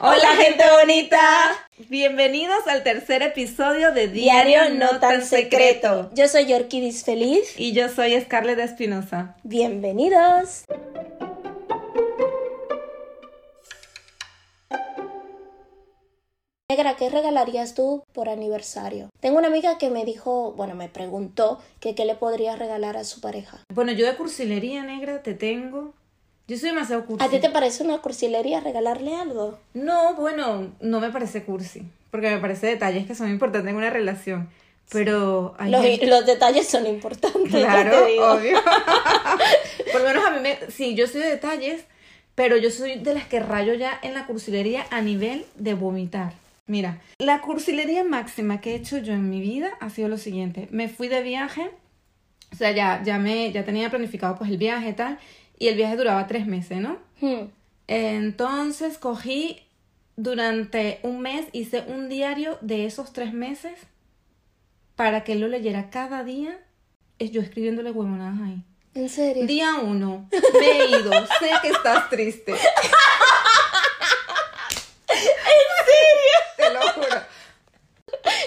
Hola gente bonita. Bienvenidos al tercer episodio de Diario, No Tan Secreto. Yo soy Yorkidis Feliz. Y yo soy Scarlett Espinosa. Bienvenidos. Negra, ¿qué regalarías tú por aniversario? Tengo una amiga que me dijo, bueno, me preguntó que qué le podría regalar a su pareja. Bueno, yo de cursilería negra te tengo. Yo soy demasiado cursi. ¿A ti te parece una cursilería regalarle algo? No, bueno, no me parece cursi, porque me parece detalles que son importantes en una relación. Pero hay Los, gente- los detalles son importantes. ya claro, te digo. obvio. Por lo menos a mí me, sí, yo soy de detalles, pero yo soy de las que rayo ya en la cursilería a nivel de vomitar. Mira, la cursilería máxima que he hecho yo en mi vida ha sido lo siguiente. Me fui de viaje o sea, ya, ya, me, ya tenía planificado pues el viaje y tal. Y el viaje duraba tres meses, ¿no? Hmm. Entonces cogí durante un mes, hice un diario de esos tres meses para que él lo leyera cada día. Es yo escribiéndole huevonadas ahí. ¿En serio? Día uno, me he ido, sé que estás triste. ¿En serio? Te lo juro.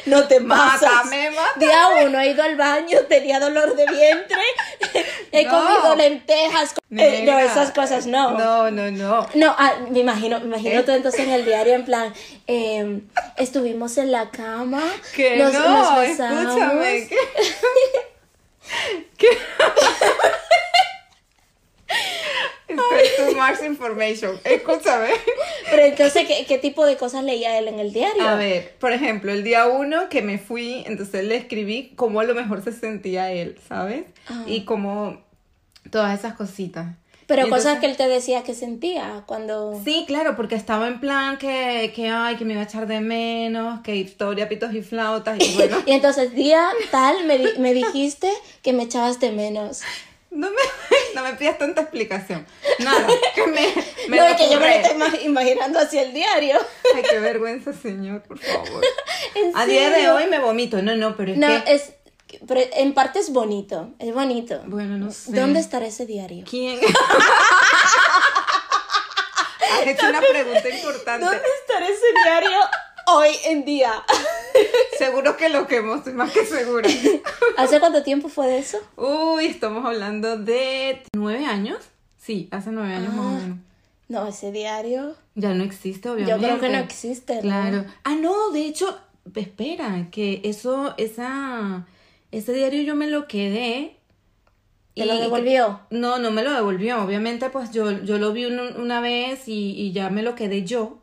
No te pasas. Mátame, mátame. Día uno he ido al baño, tenía dolor de vientre, he No. comido lentejas, co- eh, no, Negra. esas cosas no. No, No, no, no. ah, me imagino, me imagino ¿Eh? tú entonces en el diario en plan, eh, estuvimos en la cama, Que nos, no, nos besamos. escúchame. Que... que... It's too much information. Escúchame. Pero entonces, ¿qué, qué tipo de cosas leía él en el diario? A ver, por ejemplo, el día uno que me fui, entonces le escribí cómo a lo mejor se sentía él, ¿sabes? Ah. Y cómo todas esas cositas. Pero Y cosas entonces- que él te decía que sentía cuando... Sí, claro, porque estaba en plan que, que ay, que me iba a echar de menos, que historia, pitos y flautas, y bueno, Y entonces, día tal, me, di- me dijiste que me echabas de menos. No me, no me pidas tanta explicación. Nada, que me, me no, es que yo me lo ocurre. estoy ima- imaginando así el diario. Ay, qué vergüenza, señor, por favor. ¿En A día de serio? hoy me vomito. No, no, pero es No, que... es. Pero en parte es bonito, es bonito. Bueno, no sé. ¿Dónde estará ese diario? ¿Quién? Has hecho una pregunta importante. ¿Dónde estará ese diario hoy en día? Seguro que lo quemó, estoy más que segura. ¿Hace cuánto tiempo fue de eso? Uy, estamos hablando de nueve años. Sí, hace nueve años más o Ah. menos. No, ese diario. Ya no existe, Yo obviamente. creo que no existe. ¿no? Claro. Ah, no, de hecho, espera, que eso, esa, ese diario yo me lo quedé. ¿Te lo devolvió? No, no me lo devolvió. Obviamente, pues yo, yo lo vi un- una vez y, y ya me lo quedé yo.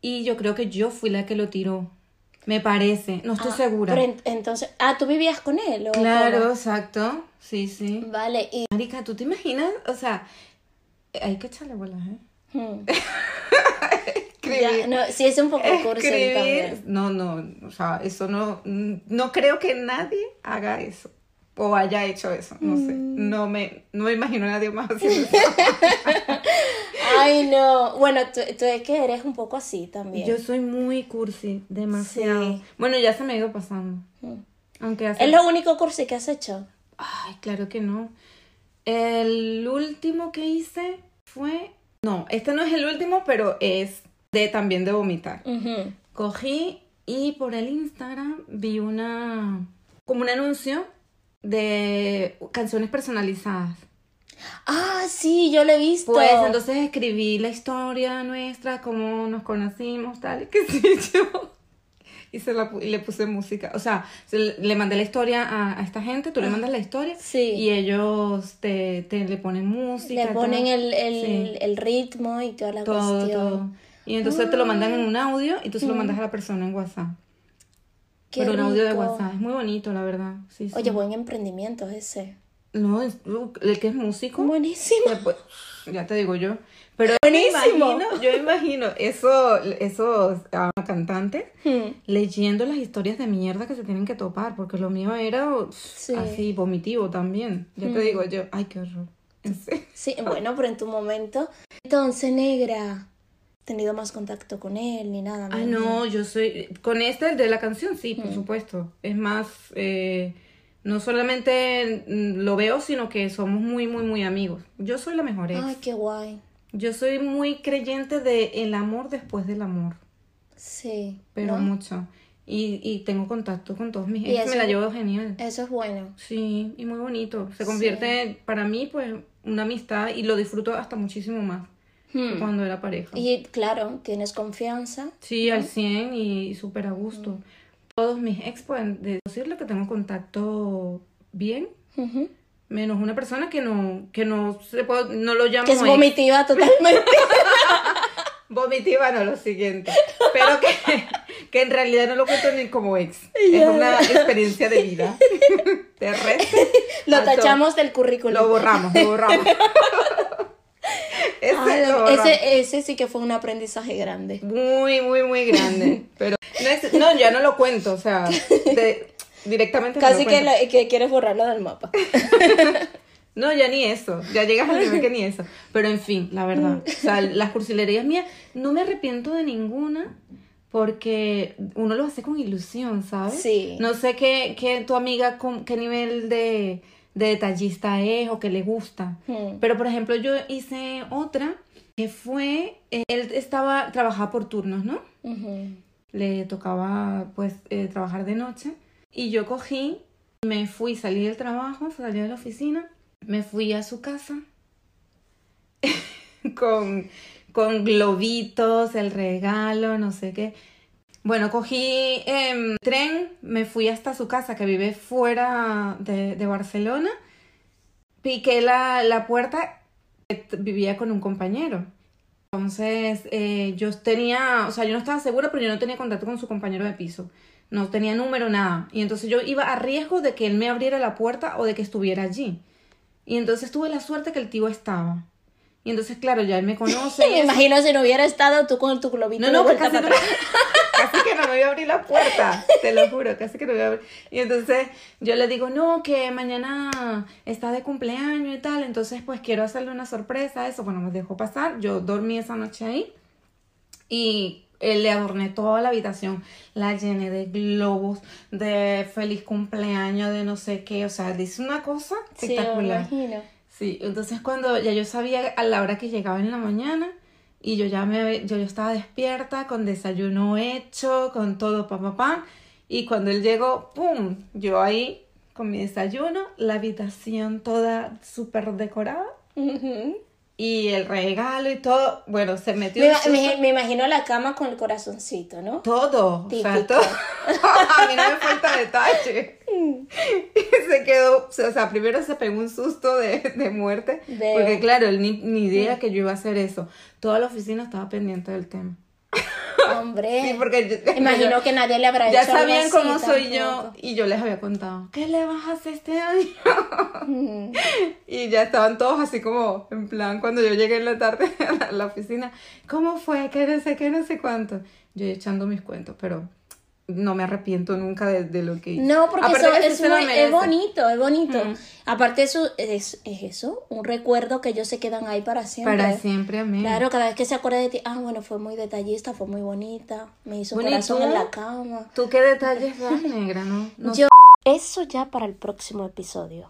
Y yo creo que yo fui la que lo tiró. Me parece. No estoy Ah, segura. pero en- entonces. Ah, tú vivías con él. ¿o Claro, exacto. Sí, sí. cómo? Vale, y. Marica, ¿tú te imaginas? O sea, hay que echarle bolas, ¿eh? hmm, ya, Escribir. no, sí, es un poco cursi Escribir, también. no, no, o sea, eso no, no creo que nadie haga eso o haya hecho eso, no sé, Mm. no me, no me imagino a nadie más haciendo eso. Ay, no. Bueno, tú, tú es que eres un poco así también. Yo soy muy cursi, demasiado. Sí. Bueno, ya se me ha ido pasando, Hmm. aunque hace... ¿Es lo único cursi que has hecho? Ay, claro que no. El último que hice fue, no, este no es el último, pero es de también de vomitar. Ujú. Cogí y por el Instagram vi una como un anuncio de canciones personalizadas. Ah, sí, yo lo he visto. Pues entonces escribí la historia nuestra, cómo nos conocimos, tal, qué sé yo. Y, se la, pu- y le puse música. O sea, se le le mandé la historia a, a esta gente, tú le mandas la historia Ah, Sí. y ellos te, te le ponen música. Le ponen todo. el, el, Sí. el ritmo y toda la todo, cuestión. Ah. Mm. todo. Y entonces te lo mandan en un audio y tú se lo mandas a la persona en WhatsApp. Qué pero un audio de rico. WhatsApp. Es muy bonito, la verdad. Sí, sí. Oye, buen emprendimiento ese. No, es- uh, el que es músico. Buenísimo. Ya, pues, ya te digo yo. Pero Buenísimo. yo imagino, yo imagino eso, esos ah, cantantes Hmm. leyendo las historias de mierda que se tienen que topar, porque lo mío era uh, así, vomitivo también. Ya te digo yo, ay, qué horror. En serio. Sí, bueno, pero en tu momento. Entonces, negra, ¿has tenido más contacto con él ni nada? Ah, mi amor? no, yo soy. Con este, el de la canción, sí, Mm. por supuesto. Es más, eh, no solamente mm, lo veo, sino que somos muy, muy, muy amigos. Yo soy la mejor ex. Ay, qué guay. Yo soy muy creyente de el amor después del amor, Sí. pero ¿no? mucho. Y, y tengo contacto con todos mis Y ex, me eso- la llevo genial. Eso es bueno. Sí, y muy bonito. Se convierte para mí pues una amistad y lo disfruto hasta muchísimo más que Hmm. cuando era pareja. Y claro, tienes confianza. Sí, al 100 y súper a gusto. Todos mis ex pueden decirle que tengo contacto bien, Ujú. menos una persona que no, que no se puede, no lo llamo Que es ex. vomitiva totalmente. Vomitiva no, lo siguiente. Pero que, que en realidad no lo cuento ni como ex. Es una experiencia de vida. De resto, Lo al top. tachamos del currículum. Lo borramos, lo borramos. Ese Ay, lo borramos. ese, ese sí que fue un aprendizaje grande. Muy, muy, muy grande. Pero no, es- no, ya no lo cuento, o sea, te- directamente no lo Casi que, cuento. lo- que quieres borrarlo del mapa. No, ya ni eso, ya llegas al nivel que ni eso. Pero en fin, la verdad, o sea, las cursilerías mías, no me arrepiento de ninguna porque uno lo hace con ilusión, ¿sabes? Sí. No sé qué, qué tu amiga, con, qué nivel de, de detallista es o qué le gusta. Hmm. Pero por ejemplo, yo hice otra que fue, eh, él estaba, trabajaba por turnos, ¿no? Ujú. le tocaba pues eh, trabajar de noche y yo cogí, me fui, salí del trabajo, salí de la oficina, me fui a su casa con, con globitos, el regalo, no sé qué. Bueno, cogí em, tren, me fui hasta su casa que vive fuera de, de Barcelona, piqué la, la puerta, eh, t- vivía con un compañero. Entonces, eh, yo tenía, o sea, yo no estaba segura, pero yo no tenía contacto con su compañero de piso. No tenía número, nada. Y entonces yo iba a riesgo de que él me abriera la puerta o de que estuviera allí. Y entonces tuve la suerte que el tío estaba. Y entonces, claro, ya él me conoce. y Me eso. imagino si no hubiera estado tú con tu globito. No, de no, pues vuelta casi, para no- atrás. casi que no me voy a abrir la puerta, te lo juro, casi que no me voy a abrir. Y entonces yo le digo, no, que mañana está de cumpleaños y tal, entonces pues quiero hacerle una sorpresa, eso, bueno, me dejó pasar, yo dormí esa noche ahí y eh, le adorné toda la habitación, la llené de globos, de feliz cumpleaños, de no sé qué, o sea, dice una cosa Sí, me espectacular. imagino. Sí, entonces cuando ya yo sabía a la hora que llegaba en la mañana y yo ya me yo, yo estaba despierta con desayuno hecho, con todo pa pa pa y cuando él llegó, pum, yo ahí con mi desayuno, la habitación toda súper decorada Ujú. y el regalo y todo, bueno, se metió Me, el ima- susto- me- me imagino la cama con el corazoncito, ¿no? todo, o sea, Típico. todo. A mí no me falta detalle. Y se quedó, o sea, primero se pegó un susto de, de muerte, De- porque claro, él ni, ni idea que yo iba a hacer eso. Toda la oficina estaba pendiente del tema. Hombre. Sí, porque yo- Imagino yo- que nadie le habrá ya hecho algo sabían así cómo soy yo tampoco. y yo les había contado, ¿qué le vas a hacer este año? Mm. Y ya estaban todos así como, en plan, cuando yo llegué en la tarde a la, la oficina, ¿cómo fue? ¿Qué no sé qué? No sé cuánto. Yo echando mis cuentos, pero no me arrepiento nunca de, de lo que hice. No, porque Aparte eso, que sí es, se lo muy- es merece. bonito, es bonito. Aparte eso es, es eso, un recuerdo que ellos se quedan ahí para siempre. Para siempre, amén. Claro, cada vez que se acuerda de ti, ah, bueno, fue muy detallista, fue muy bonita, me hizo un Bueno, ¿y corazón tú? en la cama. ¿Tú qué detalles das, negra, no? No Yo, eso ya para el próximo episodio.